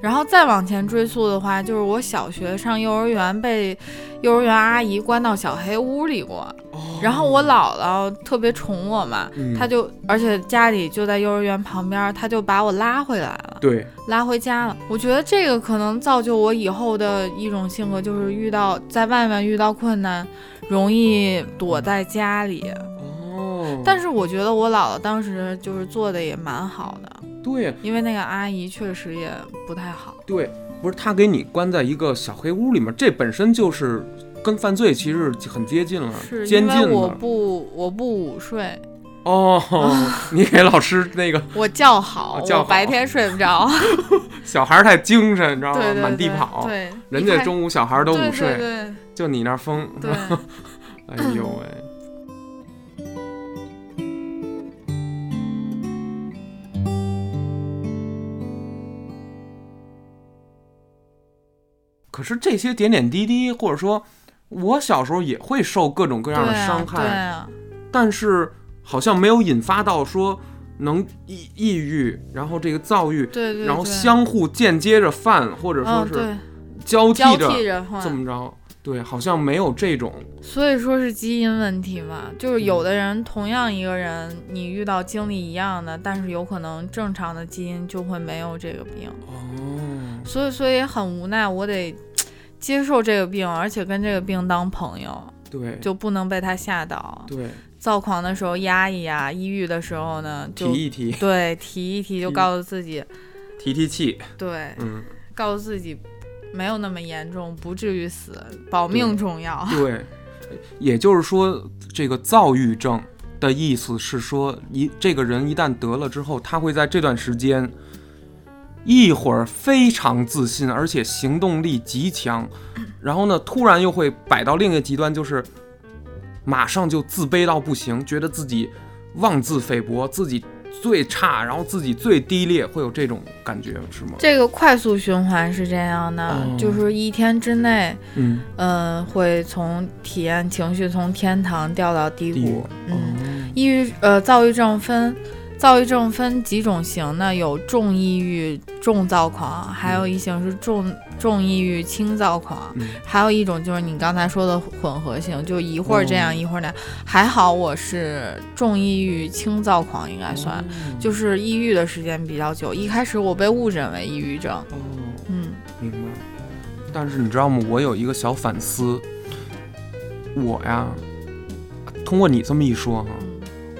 [SPEAKER 2] 然后再往前追溯的话，就是我小学上幼儿园被幼儿园阿姨关到小黑屋里过，
[SPEAKER 1] 哦
[SPEAKER 2] 然后我姥姥特别宠我嘛，
[SPEAKER 1] 嗯
[SPEAKER 2] 她就而且家里就在幼儿园旁边，她就把我拉回来了。
[SPEAKER 1] 对
[SPEAKER 2] 拉回家了。我觉得这个可能造就我以后的一种性格，就是遇到在外面遇到困难，容易躲在家里。
[SPEAKER 1] 嗯哦，
[SPEAKER 2] 但是我觉得我姥姥当时就是做的也蛮好的，
[SPEAKER 1] 对
[SPEAKER 2] 因为那个阿姨确实也不太好。
[SPEAKER 1] 对，不是他给你关在一个小黑屋里面，这本身就是跟犯罪其实很接近了，
[SPEAKER 2] 是
[SPEAKER 1] 嗯监
[SPEAKER 2] 因
[SPEAKER 1] 禁
[SPEAKER 2] 为我
[SPEAKER 1] 了。
[SPEAKER 2] 不我不午睡，
[SPEAKER 1] 哦， 你给老师那个
[SPEAKER 2] 我觉
[SPEAKER 1] 啊
[SPEAKER 2] 好，
[SPEAKER 1] 觉好
[SPEAKER 2] 我白天睡不着，
[SPEAKER 1] 小孩儿太精神，你知道吗？
[SPEAKER 2] 对对
[SPEAKER 1] 哦
[SPEAKER 2] 对，
[SPEAKER 1] 满地跑。
[SPEAKER 2] 对，
[SPEAKER 1] 人
[SPEAKER 2] 一
[SPEAKER 1] 家
[SPEAKER 2] 看
[SPEAKER 1] 中午小孩儿都午睡，
[SPEAKER 2] 对对
[SPEAKER 1] 就你那儿疯。
[SPEAKER 2] 对对
[SPEAKER 1] 哎呦喂！可是这些点点滴滴，或者说，我小时候也会受各种各
[SPEAKER 2] 对
[SPEAKER 1] 样的
[SPEAKER 2] 啊
[SPEAKER 1] 伤害，
[SPEAKER 2] 对啊，
[SPEAKER 1] 但是好像没有引发到说能抑抑郁，然后这个躁郁，
[SPEAKER 2] 对对对，
[SPEAKER 1] 然后相互间接着犯，或者说
[SPEAKER 2] 嗯
[SPEAKER 1] 是
[SPEAKER 2] 对
[SPEAKER 1] 交替
[SPEAKER 2] 交
[SPEAKER 1] 着、
[SPEAKER 2] 替着换
[SPEAKER 1] 这么着，对，好像没有这种
[SPEAKER 2] 所以说是基因问题嘛，就是
[SPEAKER 1] 嗯
[SPEAKER 2] 有的人同样一个人，你遇到经历一样的，但是有可能正常的基因就会没有这个病，
[SPEAKER 1] 哦，
[SPEAKER 2] 所以所以很无奈，我得接受这个病，而且跟这个病当朋友，
[SPEAKER 1] 对，
[SPEAKER 2] 就不能被他吓倒。
[SPEAKER 1] 对，
[SPEAKER 2] 躁狂的时候压一压，抑郁的时候呢
[SPEAKER 1] 提
[SPEAKER 2] 就
[SPEAKER 1] 一提，
[SPEAKER 2] 对提一提，就
[SPEAKER 1] 提
[SPEAKER 2] 告诉自己，
[SPEAKER 1] 提提气，
[SPEAKER 2] 对，
[SPEAKER 1] 嗯，
[SPEAKER 2] 告诉自己没有那么严重，不至于死，保命重要。
[SPEAKER 1] 对，也就是说，这个躁郁症的意思是说，一这个人一旦得了之后，他会在这段时间一会儿非常自信，而且行动力极强，然后呢，突然又会摆到另一个极端，就是马上就自卑到不行，觉得自己妄自菲薄，自己最差，然后自己最低劣，会有这种感觉是吗？
[SPEAKER 2] 这个快速循环是这样的，
[SPEAKER 1] 哦
[SPEAKER 2] 就是一天之内，
[SPEAKER 1] 嗯，
[SPEAKER 2] 嗯，会从体验情绪从天堂掉到低
[SPEAKER 1] 低哦
[SPEAKER 2] 谷
[SPEAKER 1] 谷，
[SPEAKER 2] 嗯，抑郁呃，躁郁症分，躁郁症分几种型呢？有重抑郁、重躁狂，还有一型是重重抑郁、轻躁狂，
[SPEAKER 1] 嗯
[SPEAKER 2] 还有一种就是你刚才说的混合型，就一会儿这样、
[SPEAKER 1] 哦
[SPEAKER 2] 一会儿那样。还好我是重抑郁、轻躁狂，应该
[SPEAKER 1] 还
[SPEAKER 2] 算，就是抑郁的时间比较久。一开始我被误诊为抑郁症，
[SPEAKER 1] 哦，
[SPEAKER 2] 嗯，
[SPEAKER 1] 明白。但是你知道吗？我有一个小反思，我呀，通过你这么一说哈，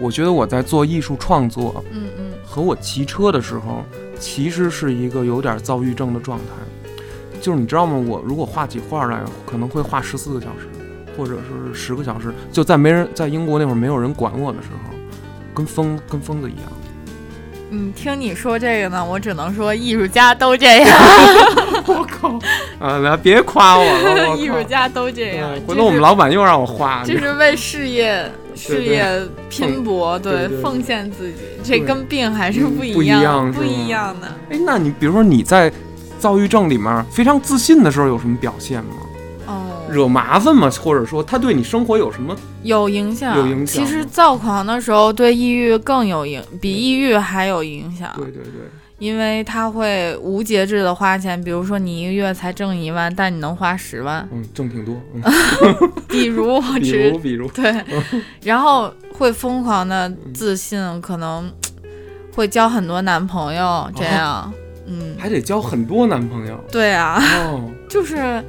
[SPEAKER 1] 我觉得我在做艺术创作，
[SPEAKER 2] 嗯嗯
[SPEAKER 1] 和我骑车的时候，其实是一个有点躁郁症的状态。就是你知道吗？我如果画起画来，可能会画十四个小时，或者是十个小时。就在没人在英国那会儿没有人管我的时候，跟疯跟疯子一样。
[SPEAKER 2] 嗯，听你说这个呢，我只能说艺术家都这样，
[SPEAKER 1] 我靠！啊，来别夸 我了，我靠！
[SPEAKER 2] 艺术家都这样
[SPEAKER 1] 嗯。
[SPEAKER 2] 就
[SPEAKER 1] 回头我
[SPEAKER 2] 是
[SPEAKER 1] 们老板又让我画，
[SPEAKER 2] 就
[SPEAKER 1] 你
[SPEAKER 2] 是为事业
[SPEAKER 1] 对
[SPEAKER 2] 事业拼搏，
[SPEAKER 1] 对对对
[SPEAKER 2] 奉献自己，这
[SPEAKER 1] 对
[SPEAKER 2] 跟病还是
[SPEAKER 1] 嗯
[SPEAKER 2] 不
[SPEAKER 1] 不一
[SPEAKER 2] 样，
[SPEAKER 1] 样
[SPEAKER 2] 不
[SPEAKER 1] 是
[SPEAKER 2] 一
[SPEAKER 1] 吗
[SPEAKER 2] 样的。
[SPEAKER 1] 哎，那你比如说你在躁郁症里面非常自信的时候有什么表现吗？
[SPEAKER 2] 哦，
[SPEAKER 1] 惹麻烦吗？或者说他对你生活有什么？
[SPEAKER 2] 有影响，
[SPEAKER 1] 有影
[SPEAKER 2] 其
[SPEAKER 1] 响
[SPEAKER 2] 实躁狂的时候对抑郁更有影，比抑郁还有影响，
[SPEAKER 1] 对对对，。
[SPEAKER 2] 因为它会无节制的花钱。比如说你一个月才挣一万，但你能花十万
[SPEAKER 1] 嗯，挣挺多。嗯
[SPEAKER 2] 啊比如我
[SPEAKER 1] 比
[SPEAKER 2] 只
[SPEAKER 1] 如比如，
[SPEAKER 2] 对，然后会疯狂的自信，可能会交很多男朋友，这
[SPEAKER 1] 啊
[SPEAKER 2] 样，嗯，
[SPEAKER 1] 还得交很多男朋友
[SPEAKER 2] 对啊。
[SPEAKER 1] 哦
[SPEAKER 2] 就是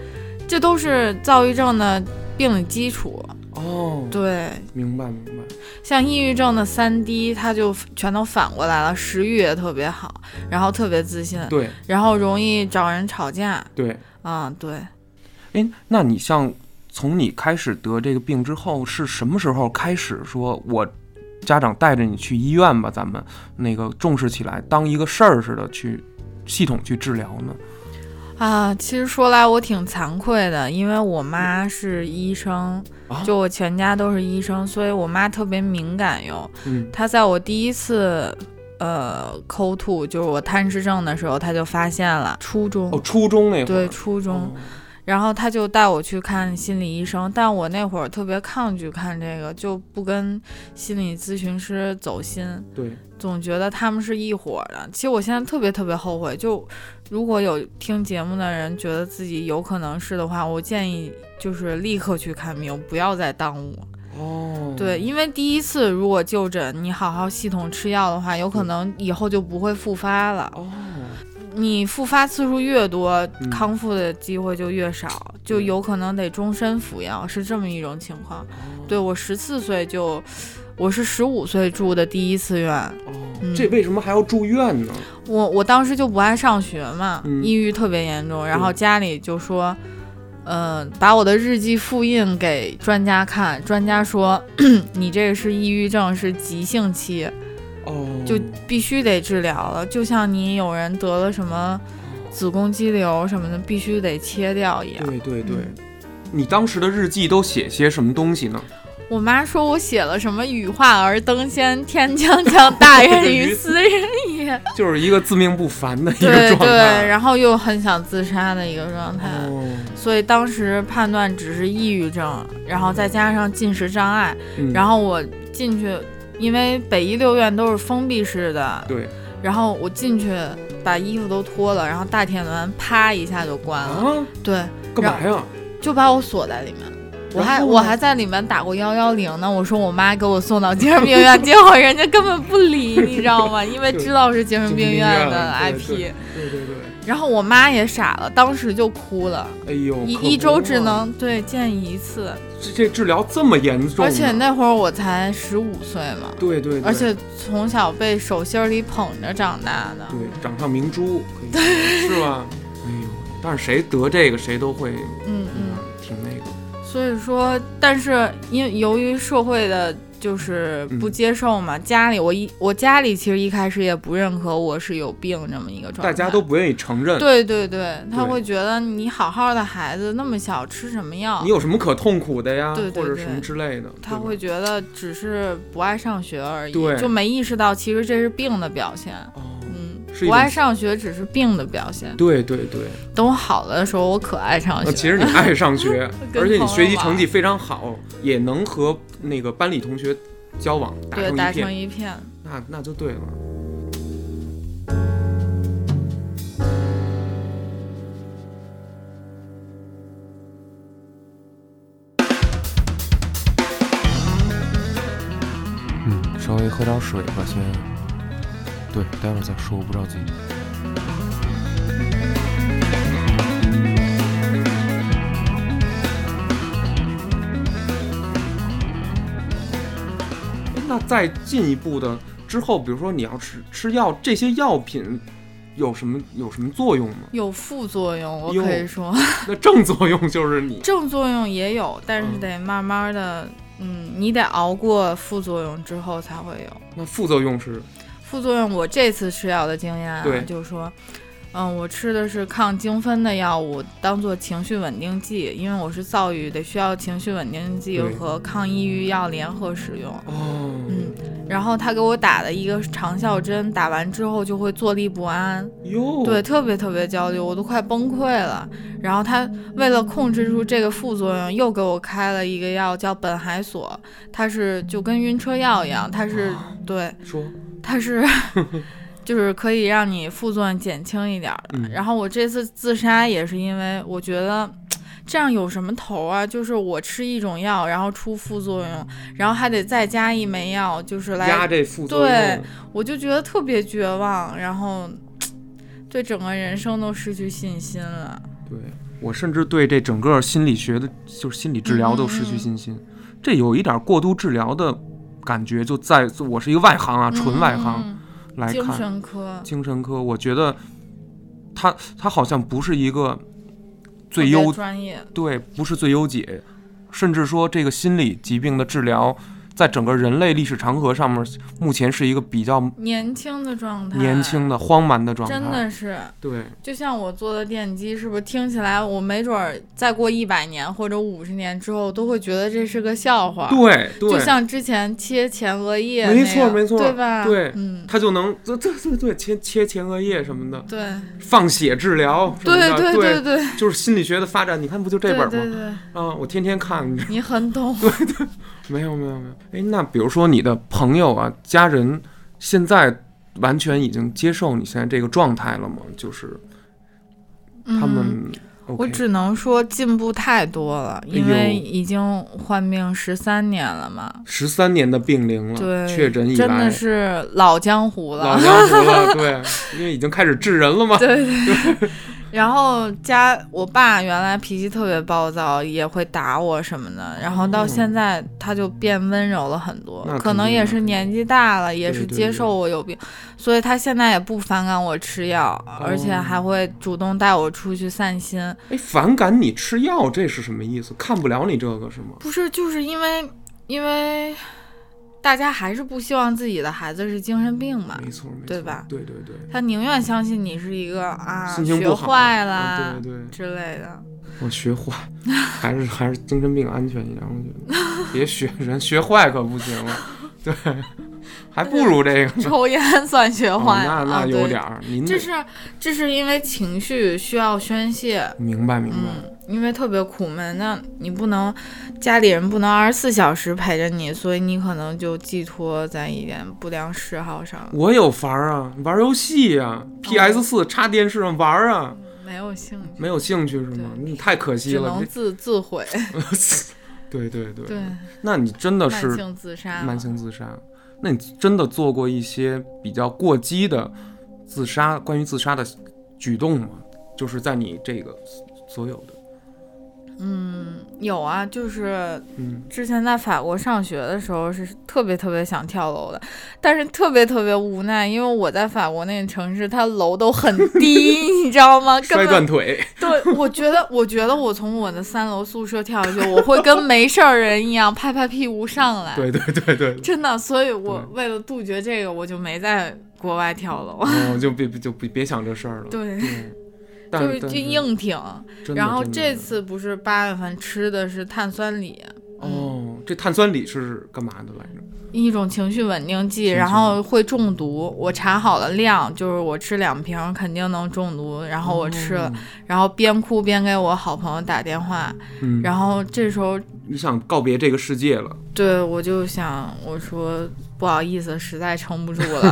[SPEAKER 2] 这都是躁郁症的病理基础。
[SPEAKER 1] 哦，
[SPEAKER 2] 对，
[SPEAKER 1] 明白明白，
[SPEAKER 2] 像抑郁症的三低，它就全都反过来了，食欲也特别好，然后特别自信，
[SPEAKER 1] 对
[SPEAKER 2] 然后容易找人吵架。
[SPEAKER 1] 对，
[SPEAKER 2] 啊、对，
[SPEAKER 1] 哎，那你像从你开始得这个病之后，是什么时候开始说我家长带着你去医院吧，咱们那个重视起来，当一个事儿似的去系统去治疗呢？
[SPEAKER 2] 啊，其实说来我挺惭愧的，因为我妈是医生，
[SPEAKER 1] 啊
[SPEAKER 2] 就我全家都是医生，所以我妈特别敏感哟。
[SPEAKER 1] 嗯，
[SPEAKER 2] 她在我第一次。呃，抠吐就是我贪吃症的时候，她就发现了。初中
[SPEAKER 1] 哦，初中那会
[SPEAKER 2] 嗯对，
[SPEAKER 1] 儿，
[SPEAKER 2] 初中
[SPEAKER 1] 哦，，
[SPEAKER 2] 然后他就带我去看心理医生，但我那会儿特别抗拒看这个，就不跟心理咨询师走心，
[SPEAKER 1] 对，
[SPEAKER 2] 总觉得他们是一伙儿的。其实我现在特别特别后悔，就如果有听节目的人觉得自己有可能是的话，我建议就是立刻去看病，不要再耽误。
[SPEAKER 1] 哦，
[SPEAKER 2] 对，，因为第一次如果就诊，你好好系统吃药的话，有可能以后就不会复发了。
[SPEAKER 1] 哦，
[SPEAKER 2] 你复发次数越多，
[SPEAKER 1] 嗯
[SPEAKER 2] 康复的机会就越少，就有可能得终身服药，是这么一种情况。对我十四岁就，我是十五岁住的第一次院，
[SPEAKER 1] 哦
[SPEAKER 2] 嗯，
[SPEAKER 1] 这为什么还要住院呢？
[SPEAKER 2] 我我当时就不爱上学嘛，
[SPEAKER 1] 嗯
[SPEAKER 2] 抑郁特别严重，然后家里就说，嗯、把我的日记复印给专家看，专家说 你这个是抑郁症，是急性期，
[SPEAKER 1] 哦，
[SPEAKER 2] 就必须得治疗了，就像你有人得了什么。子宫肌瘤什么的必须得切掉一样。
[SPEAKER 1] 对对对
[SPEAKER 2] 嗯，
[SPEAKER 1] 你当时的日记都写些什么东西呢？
[SPEAKER 2] 我妈说我写了什么“羽化而登仙，天将降大任于
[SPEAKER 1] 于
[SPEAKER 2] 斯人也
[SPEAKER 1] 就是一个自命不凡 的”，一个
[SPEAKER 2] 对
[SPEAKER 1] 状
[SPEAKER 2] 对，
[SPEAKER 1] 态。
[SPEAKER 2] 然后又很想自杀的一个状态，
[SPEAKER 1] 哦，
[SPEAKER 2] 所以当时判断只是抑郁症，然后再加上进食障碍，
[SPEAKER 1] 嗯
[SPEAKER 2] 然后我进去，因为北医六院都是封闭式的，
[SPEAKER 1] 对
[SPEAKER 2] 然后我进去把衣服都脱了，然后大铁门啪一下就关了，
[SPEAKER 1] 啊，
[SPEAKER 2] 对，
[SPEAKER 1] 干嘛呀？
[SPEAKER 2] 就把我锁在里面。我还
[SPEAKER 1] 然后呢
[SPEAKER 2] 我还在里面打过幺幺零呢，我说我妈给我送到精神病院，结果人家根本不 理，你知道吗？因为知道是精神病院
[SPEAKER 1] 精
[SPEAKER 2] 的
[SPEAKER 1] 神
[SPEAKER 2] IP，
[SPEAKER 1] 病院对对对，
[SPEAKER 2] 然后我妈也傻了，当时就哭了。
[SPEAKER 1] 哎呦，
[SPEAKER 2] 一
[SPEAKER 1] 可
[SPEAKER 2] 一
[SPEAKER 1] 不
[SPEAKER 2] 周只
[SPEAKER 1] 嘛
[SPEAKER 2] 能对见一次，
[SPEAKER 1] 这这治疗这么严重呢，
[SPEAKER 2] 而且那会儿我才十五岁嘛，
[SPEAKER 1] 对对，对
[SPEAKER 2] 而且从小被手心里捧着长大的。
[SPEAKER 1] 对掌上明珠，可以说是吧？哎呦，但是谁得这个谁都会，
[SPEAKER 2] 嗯嗯，嗯
[SPEAKER 1] 挺那个，
[SPEAKER 2] 所以说，但是因由于社会的就是
[SPEAKER 1] 嗯
[SPEAKER 2] 不接受嘛。家里我一我家里其实一开始也不认可我是有病这么一个状态，
[SPEAKER 1] 大家都不愿意承认。
[SPEAKER 2] 对对对，他
[SPEAKER 1] 对
[SPEAKER 2] 会觉得你好好的孩子那么小吃什么药
[SPEAKER 1] 你？有什么可痛苦的呀，
[SPEAKER 2] 对对
[SPEAKER 1] 或者
[SPEAKER 2] 对
[SPEAKER 1] 什么之类的，
[SPEAKER 2] 他
[SPEAKER 1] 对吧
[SPEAKER 2] 会觉得只是不爱上学而已
[SPEAKER 1] 对，
[SPEAKER 2] 就没意识到其实这是病的表现。
[SPEAKER 1] 哦，
[SPEAKER 2] 嗯，
[SPEAKER 1] 是一
[SPEAKER 2] 不爱
[SPEAKER 1] 种
[SPEAKER 2] 上学只是病的表现。
[SPEAKER 1] 对对对，
[SPEAKER 2] 等我好了的时候，我可爱上
[SPEAKER 1] 呃
[SPEAKER 2] 学。，
[SPEAKER 1] 其实你爱上学
[SPEAKER 2] 跟
[SPEAKER 1] 而且你
[SPEAKER 2] 朋
[SPEAKER 1] 学
[SPEAKER 2] 友
[SPEAKER 1] 习成
[SPEAKER 2] 玩
[SPEAKER 1] 绩非常好，也能和那个班里同学交往，打
[SPEAKER 2] 对，
[SPEAKER 1] 成
[SPEAKER 2] 打
[SPEAKER 1] 一片
[SPEAKER 2] 成，一片。
[SPEAKER 1] 那那就对了。
[SPEAKER 3] 嗯，稍微喝点水吧，先。对，待会儿再说，不着急。
[SPEAKER 1] 那再进一步的之后，比如说你要吃吃药，这些药品有什么有什么作用吗？
[SPEAKER 2] 有副作用，我
[SPEAKER 1] 哟
[SPEAKER 2] 可以说
[SPEAKER 1] 那正作用就是你
[SPEAKER 2] 正作用也有，但是
[SPEAKER 1] 嗯
[SPEAKER 2] 得慢慢的，嗯，你得熬过副作用之后才会有
[SPEAKER 1] 那副作用是
[SPEAKER 2] 副作用。我这次吃药的经验啊
[SPEAKER 1] 对，
[SPEAKER 2] 就是说，嗯，我吃的是抗精分的药物，当做情绪稳定剂，因为我是躁郁，得需要情绪稳定剂
[SPEAKER 1] 对
[SPEAKER 2] 和抗抑郁药联合使用。
[SPEAKER 1] 哦，
[SPEAKER 2] 嗯，然后他给我打的一个长效针，打完之后就会坐立不安，
[SPEAKER 1] 哟，
[SPEAKER 2] 对，，特别特别焦虑，我都快崩溃了。然后他为了控制住这个副作用，又给我开了一个药叫苯海索，它是就跟晕车药一样，它是对，
[SPEAKER 1] 说
[SPEAKER 2] 它是 就是可以让你副作用减轻一点儿的。
[SPEAKER 1] 嗯
[SPEAKER 2] 然后我这次自杀也是因为我觉得。这样有什么头啊？就是我吃一种药，然后出副作用，然后还得再加一枚药，就是来
[SPEAKER 1] 压这副作
[SPEAKER 2] 对
[SPEAKER 1] 用，
[SPEAKER 2] 我就觉得特别绝望，然后对整个人生都失去信心了。
[SPEAKER 1] 对我甚至对这整个心理学的，就是心理治疗都失去信心，这有一点过度治疗的感觉，就在我是一个外行啊，纯外行
[SPEAKER 2] 嗯
[SPEAKER 1] 来
[SPEAKER 2] 精
[SPEAKER 1] 看
[SPEAKER 2] 神科
[SPEAKER 1] 精神科，我觉得他他好像不是一个
[SPEAKER 2] 特
[SPEAKER 1] 最
[SPEAKER 2] 别
[SPEAKER 1] 优
[SPEAKER 2] 专业，
[SPEAKER 1] 对，不是最优解，甚至说这个心理疾病的治疗，在整个人类历史长河上面，目前是一个比较
[SPEAKER 2] 年轻的状态，
[SPEAKER 1] 年轻的荒蛮的状态，
[SPEAKER 2] 真的是，
[SPEAKER 1] 对。
[SPEAKER 2] 就像我做的电击，是不是听起来我没准儿再过一百年或者五十年之后都会觉得这是个笑话？
[SPEAKER 1] 对
[SPEAKER 2] 就
[SPEAKER 1] 对，
[SPEAKER 2] 像之前切前额叶那个，
[SPEAKER 1] 没错没错
[SPEAKER 2] 对吧？
[SPEAKER 1] 对
[SPEAKER 2] 嗯，
[SPEAKER 1] 他就能对对对对切切前额叶什么的，
[SPEAKER 2] 对，
[SPEAKER 1] 放血治疗什么
[SPEAKER 2] 对
[SPEAKER 1] 的，
[SPEAKER 2] 对对对，
[SPEAKER 1] 就是心理学的发展，你看不就这本吗？
[SPEAKER 2] 对对对，
[SPEAKER 1] 啊，我天天看，
[SPEAKER 2] 你很懂。
[SPEAKER 1] 没有没有没有。哎，那比如说你的朋友啊、家人，现在完全已经接受你现在这个状态了吗？就是他
[SPEAKER 2] 嗯
[SPEAKER 1] 们、
[SPEAKER 2] 我
[SPEAKER 1] OK，
[SPEAKER 2] 只能说进步太多了，因
[SPEAKER 1] 哎
[SPEAKER 2] 为已经患病十三年了嘛，
[SPEAKER 1] 十三年的病龄了，
[SPEAKER 2] 对，
[SPEAKER 1] 嗯确诊以
[SPEAKER 2] 真的
[SPEAKER 1] 来。
[SPEAKER 2] 是老江湖
[SPEAKER 1] 老
[SPEAKER 2] 了。
[SPEAKER 1] 江湖了， 对，因为已经开始治人了嘛。
[SPEAKER 2] 对对对。然后家我爸原来脾气特别暴躁，也会打我什么的，然后到
[SPEAKER 1] 哦
[SPEAKER 2] 现在他就变温柔了很多
[SPEAKER 1] 那，
[SPEAKER 2] 可
[SPEAKER 1] 肯
[SPEAKER 2] 能
[SPEAKER 1] 定
[SPEAKER 2] 也
[SPEAKER 1] 的
[SPEAKER 2] 是年纪大了，也
[SPEAKER 1] 对
[SPEAKER 2] 是
[SPEAKER 1] 对
[SPEAKER 2] 接
[SPEAKER 1] 对
[SPEAKER 2] 受我有病，所以他现在也不反感我吃药，而且
[SPEAKER 1] 哦
[SPEAKER 2] 还会主动带我出去散心。
[SPEAKER 1] 哎，反感你吃药，这是什么意思？看不了你这个是吗？
[SPEAKER 2] 不是，就是因为因为大家还是不希望自己的孩子是精神病嘛，
[SPEAKER 1] 没错，没错，
[SPEAKER 2] 对吧
[SPEAKER 1] 对对对，
[SPEAKER 2] 他宁愿相信你是一个啊
[SPEAKER 1] 心情
[SPEAKER 2] 学
[SPEAKER 1] 不好，
[SPEAKER 2] 坏
[SPEAKER 1] 啊
[SPEAKER 2] 啦、
[SPEAKER 1] 对对对，
[SPEAKER 2] 之类的。
[SPEAKER 1] 我学坏， 还是还是精神病安全一点，我觉得别学 人学坏可不行了，对，还不如这个。
[SPEAKER 2] 抽烟算学
[SPEAKER 1] 哦
[SPEAKER 2] 坏、
[SPEAKER 1] 那
[SPEAKER 2] 了，
[SPEAKER 1] 那
[SPEAKER 2] 啊
[SPEAKER 1] 有
[SPEAKER 2] 对
[SPEAKER 1] 点儿，您
[SPEAKER 2] 这
[SPEAKER 1] 得
[SPEAKER 2] 是这是因为情绪需要宣泄，
[SPEAKER 1] 明白明白，
[SPEAKER 2] 嗯，因为特别苦闷，那你不能家里人不能二十四小时陪着你，所以你可能就寄托在一点不良嗜好上，
[SPEAKER 1] 我有法儿啊，玩游戏呀、p
[SPEAKER 2] 哦
[SPEAKER 1] s 四插电视上玩儿啊，
[SPEAKER 2] 没有兴趣，
[SPEAKER 1] 没有兴趣是吗？你太可惜
[SPEAKER 2] 只
[SPEAKER 1] 了
[SPEAKER 2] 能，自自毁，
[SPEAKER 1] 对对对，
[SPEAKER 2] 对，
[SPEAKER 1] 那你真的
[SPEAKER 2] 慢
[SPEAKER 1] 是
[SPEAKER 2] 性自杀，
[SPEAKER 1] 慢性自杀。那你真的做过一些比较过激的自杀，关于自杀的举动吗？就是在你这个所有的
[SPEAKER 2] 嗯，有啊，就是
[SPEAKER 1] 嗯，
[SPEAKER 2] 之前在法国上学的时候是特别特别想跳楼的，但是特别特别无奈，因为我在法国那个城市，它楼都很低， 你知道吗？根
[SPEAKER 1] 摔断
[SPEAKER 2] 本
[SPEAKER 1] 腿，
[SPEAKER 2] 对，我觉得，我觉得我从我的三楼宿舍跳下去，我会跟没事儿人一样拍拍屁股上来，
[SPEAKER 1] 对对对对，
[SPEAKER 2] 真的。所以我为了杜绝这个，我就没在国外跳楼。
[SPEAKER 1] 嗯，就别就别别想这事儿了。
[SPEAKER 2] 对，
[SPEAKER 1] 嗯，但
[SPEAKER 2] 就是
[SPEAKER 1] 但
[SPEAKER 2] 就硬挺。
[SPEAKER 1] 真的
[SPEAKER 2] 然后
[SPEAKER 1] 真的
[SPEAKER 2] 这次不是八月份吃的是碳酸锂，
[SPEAKER 1] 哦，这碳酸锂是干嘛的来着？
[SPEAKER 2] 一种情绪稳定剂，
[SPEAKER 1] 绪
[SPEAKER 2] 然后会中毒。我查好了量，就是我吃两瓶肯定能中毒，然哦后我吃了，然后边哭边给我好朋友打电话，
[SPEAKER 1] 哦嗯，
[SPEAKER 2] 然后这时候
[SPEAKER 1] 你想告别这个世界了，
[SPEAKER 2] 对我就想我说不好意思，实在撑不住了。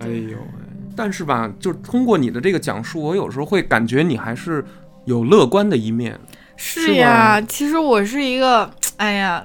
[SPEAKER 1] 哎
[SPEAKER 2] 对
[SPEAKER 1] 呦喂！但是吧，就是通过你的这个讲述，我有时候会感觉你还是有乐观的一面。是
[SPEAKER 2] 是呀，其实我是一个，哎呀，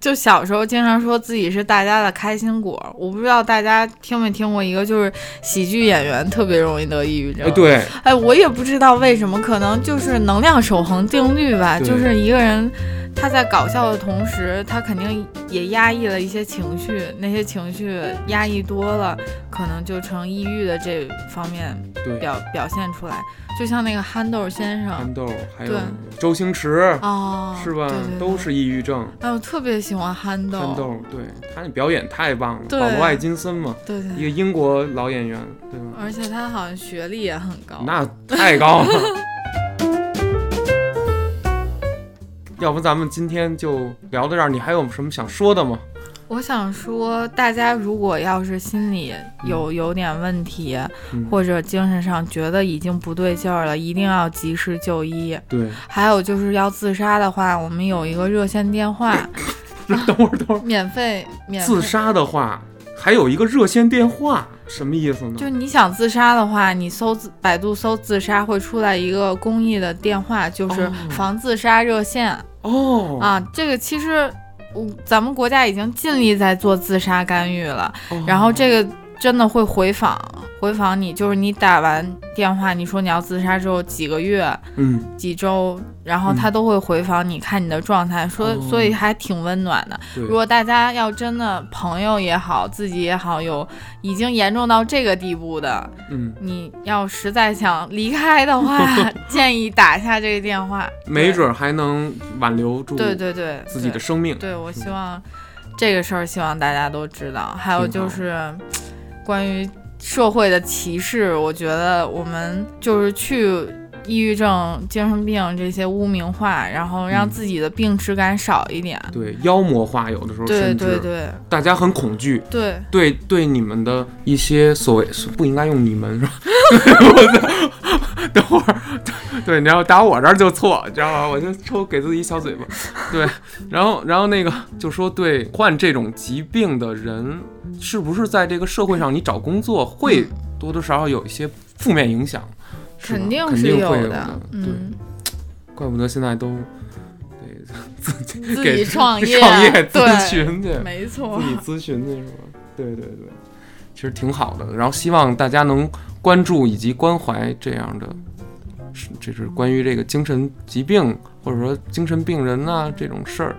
[SPEAKER 2] 就小时候经常说自己是大家的开心果。我不知道大家听没听过一个，就是喜剧演员特别容易得抑郁症。
[SPEAKER 1] 哎，，对，
[SPEAKER 2] 哎，我也不知道为什么，可能就是能量守恒定律吧。
[SPEAKER 1] 对
[SPEAKER 2] 就是一个人他在搞笑的同时，他肯定也压抑了一些情绪，那些情绪压抑多了，可能就成抑郁的这方面
[SPEAKER 1] 对，
[SPEAKER 2] 表表现出来。就像那个憨豆先生。
[SPEAKER 1] 憨豆还有
[SPEAKER 2] 对
[SPEAKER 1] 周星驰，
[SPEAKER 2] 哦，
[SPEAKER 1] 是吧
[SPEAKER 2] 对对？对
[SPEAKER 1] 都是抑郁症。
[SPEAKER 2] 哎，我特别喜欢憨豆，
[SPEAKER 1] 憨豆，对他那表演太棒了，保
[SPEAKER 2] 对
[SPEAKER 1] 罗·艾金森嘛，
[SPEAKER 2] 对对
[SPEAKER 1] 一个英国老演员，对吧？
[SPEAKER 2] 而且他好像学历也很高。
[SPEAKER 1] 那太高了。要不咱们今天就聊到这儿，你还有什么想说的吗？
[SPEAKER 2] 我想说，大家如果要是心里有有点问题，
[SPEAKER 1] 嗯
[SPEAKER 2] 或者精神上觉得已经不对劲儿了，一定要及时就医。
[SPEAKER 1] 对，
[SPEAKER 2] 还有就是要自杀的话，我们有一个热线电话，
[SPEAKER 1] 等会儿等会儿，
[SPEAKER 2] 免费免费
[SPEAKER 1] 自。杀的话还有一个热线电话，什么意思呢？
[SPEAKER 2] 就你想自杀的话，你搜自百度搜自杀会出来一个公益的电话，就是
[SPEAKER 1] 哦
[SPEAKER 2] 防自杀热线。
[SPEAKER 1] 哦，
[SPEAKER 2] 啊，这个其实，嗯，咱们国家已经尽力在做自杀干预了，
[SPEAKER 1] 哦
[SPEAKER 2] 然后这个真的会回访，回访你，就是你打完电话，你说你要自杀之后几个月、
[SPEAKER 1] 嗯，
[SPEAKER 2] 几周，然后他都会回访你，看你的状态，说，
[SPEAKER 1] 哦
[SPEAKER 2] 所以还挺温暖的。
[SPEAKER 1] 对
[SPEAKER 2] 如果大家要真的朋友也好，自己也好，有已经严重到这个地步的，
[SPEAKER 1] 嗯，
[SPEAKER 2] 你要实在想离开的话， 建议打一下这个电话，
[SPEAKER 1] 没准儿还能挽留住
[SPEAKER 2] 对对对，
[SPEAKER 1] 自己
[SPEAKER 2] 对
[SPEAKER 1] 的生命。
[SPEAKER 2] 对，我
[SPEAKER 1] 是
[SPEAKER 2] 希望这个事儿，希望大家都知道。还有
[SPEAKER 1] 挺好
[SPEAKER 2] 就是关于社会的歧视，我觉得我们就是去抑郁症、精神病这些污名化，然后让
[SPEAKER 1] 嗯
[SPEAKER 2] 自己的病耻感少一点。
[SPEAKER 1] 对，妖魔化有的时候
[SPEAKER 2] 对
[SPEAKER 1] 甚至
[SPEAKER 2] 对对
[SPEAKER 1] 大家很恐惧，
[SPEAKER 2] 对，
[SPEAKER 1] 对对你们的一些所谓所不应该用你们 是吧？我等会儿， 对，你要打我这儿就错，你知道吗？我就抽给自己一小嘴巴。对，然后然后那个就说对患这种疾病的人，是不是在这个社会上你找工作会多多少少有一些负面影响？是吧
[SPEAKER 2] 嗯肯定
[SPEAKER 1] 肯
[SPEAKER 2] 是
[SPEAKER 1] 定
[SPEAKER 2] 有
[SPEAKER 1] 会有
[SPEAKER 2] 的。
[SPEAKER 1] 对，
[SPEAKER 2] 嗯，
[SPEAKER 1] 怪不得现在都对自己
[SPEAKER 2] 自
[SPEAKER 1] 给
[SPEAKER 2] 己创业，
[SPEAKER 1] 创业咨
[SPEAKER 2] 对，
[SPEAKER 1] 询去，
[SPEAKER 2] 没错
[SPEAKER 1] 自。己咨询的是吧？对对对，其实挺好的。然后希望大家能关注以及关怀这样的，是这是关于这个精神疾病或者说精神病人呐、这种事儿，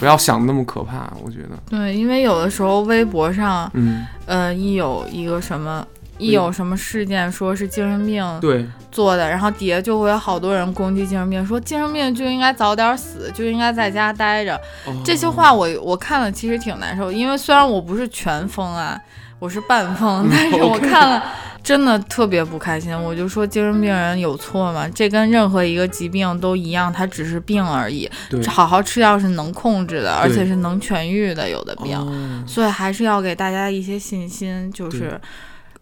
[SPEAKER 1] 不要想那么可怕。我觉得，
[SPEAKER 2] 对，因为有的时候微博上，
[SPEAKER 1] 嗯，
[SPEAKER 2] 呃，一有一个什么。
[SPEAKER 1] 嗯
[SPEAKER 2] 一有什么事件，说是精神病
[SPEAKER 1] 对
[SPEAKER 2] 做的，然后底下就会有好多人攻击精神病，说精神病就应该早点死，就应该在家待着。
[SPEAKER 1] 嗯哦
[SPEAKER 2] 这些话我我看了其实挺难受，因为虽然我不是全疯啊，我是半 疯，但是我看了真的特别不开心。我就说精神病人有错吗？这跟任何一个疾病都一样，它只是病而已。
[SPEAKER 1] 对
[SPEAKER 2] 好好吃药是能控制的，而且是能痊愈的，有的病。
[SPEAKER 1] 哦
[SPEAKER 2] 所以还是要给大家一些信心，就是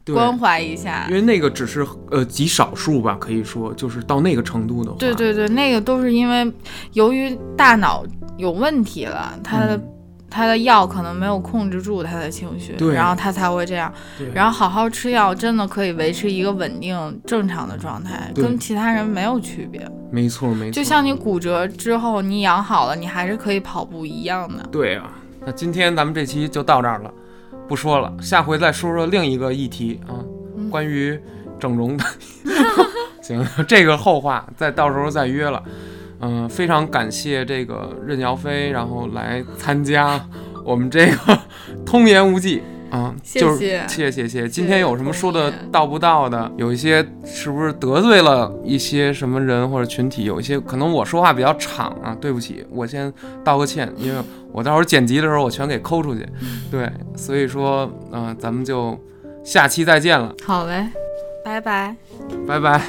[SPEAKER 1] 对，
[SPEAKER 2] 关怀一下。
[SPEAKER 1] 因为那个只是呃极少数吧，可以说就是到那个程度的话，嗯
[SPEAKER 2] 对对对，那个都是因为由于大脑有问题了，他的、
[SPEAKER 1] 嗯
[SPEAKER 2] 他的药可能没有控制住他的情绪，
[SPEAKER 1] 对
[SPEAKER 2] 然后他才会这样。
[SPEAKER 1] 对，
[SPEAKER 2] 然后好好吃药，真的可以维持一个稳定正常的状态，
[SPEAKER 1] 对
[SPEAKER 2] 跟其他人没有区别。
[SPEAKER 1] 没错没错，
[SPEAKER 2] 就像你骨折之后，你养好了，你还是可以跑步一样的。
[SPEAKER 1] 对啊，那今天咱们这期就到这儿了，不说了，下回再说说另一个议题啊，
[SPEAKER 2] 嗯
[SPEAKER 1] 关 于整容的。行，这个后话，再到时候再约了。嗯、非常感谢这个任尧飞，然后来参加我们这个 通言无忌啊，
[SPEAKER 2] 谢
[SPEAKER 1] 就是
[SPEAKER 2] 谢
[SPEAKER 1] 谢谢谢。今
[SPEAKER 2] 谢
[SPEAKER 1] 天
[SPEAKER 2] 谢
[SPEAKER 1] 有什么
[SPEAKER 2] 同
[SPEAKER 1] 说的
[SPEAKER 2] 意
[SPEAKER 1] 到不到的，有一些是不是得罪了一些什么人或者群体？有一些可能我说话比较敞啊，对不起，我先道个歉，因为我到时候剪辑的时候我全给抠出去。
[SPEAKER 2] 嗯
[SPEAKER 1] 对，所以说，嗯、咱们就下期再见了，
[SPEAKER 2] 好嘞，拜拜。
[SPEAKER 1] 拜拜。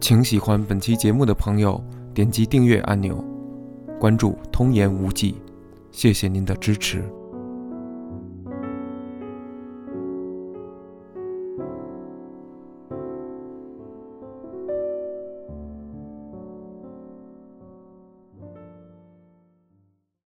[SPEAKER 3] 请喜欢本期节目的朋友点击订阅按钮，关注“通言无忌”，谢谢您的支持。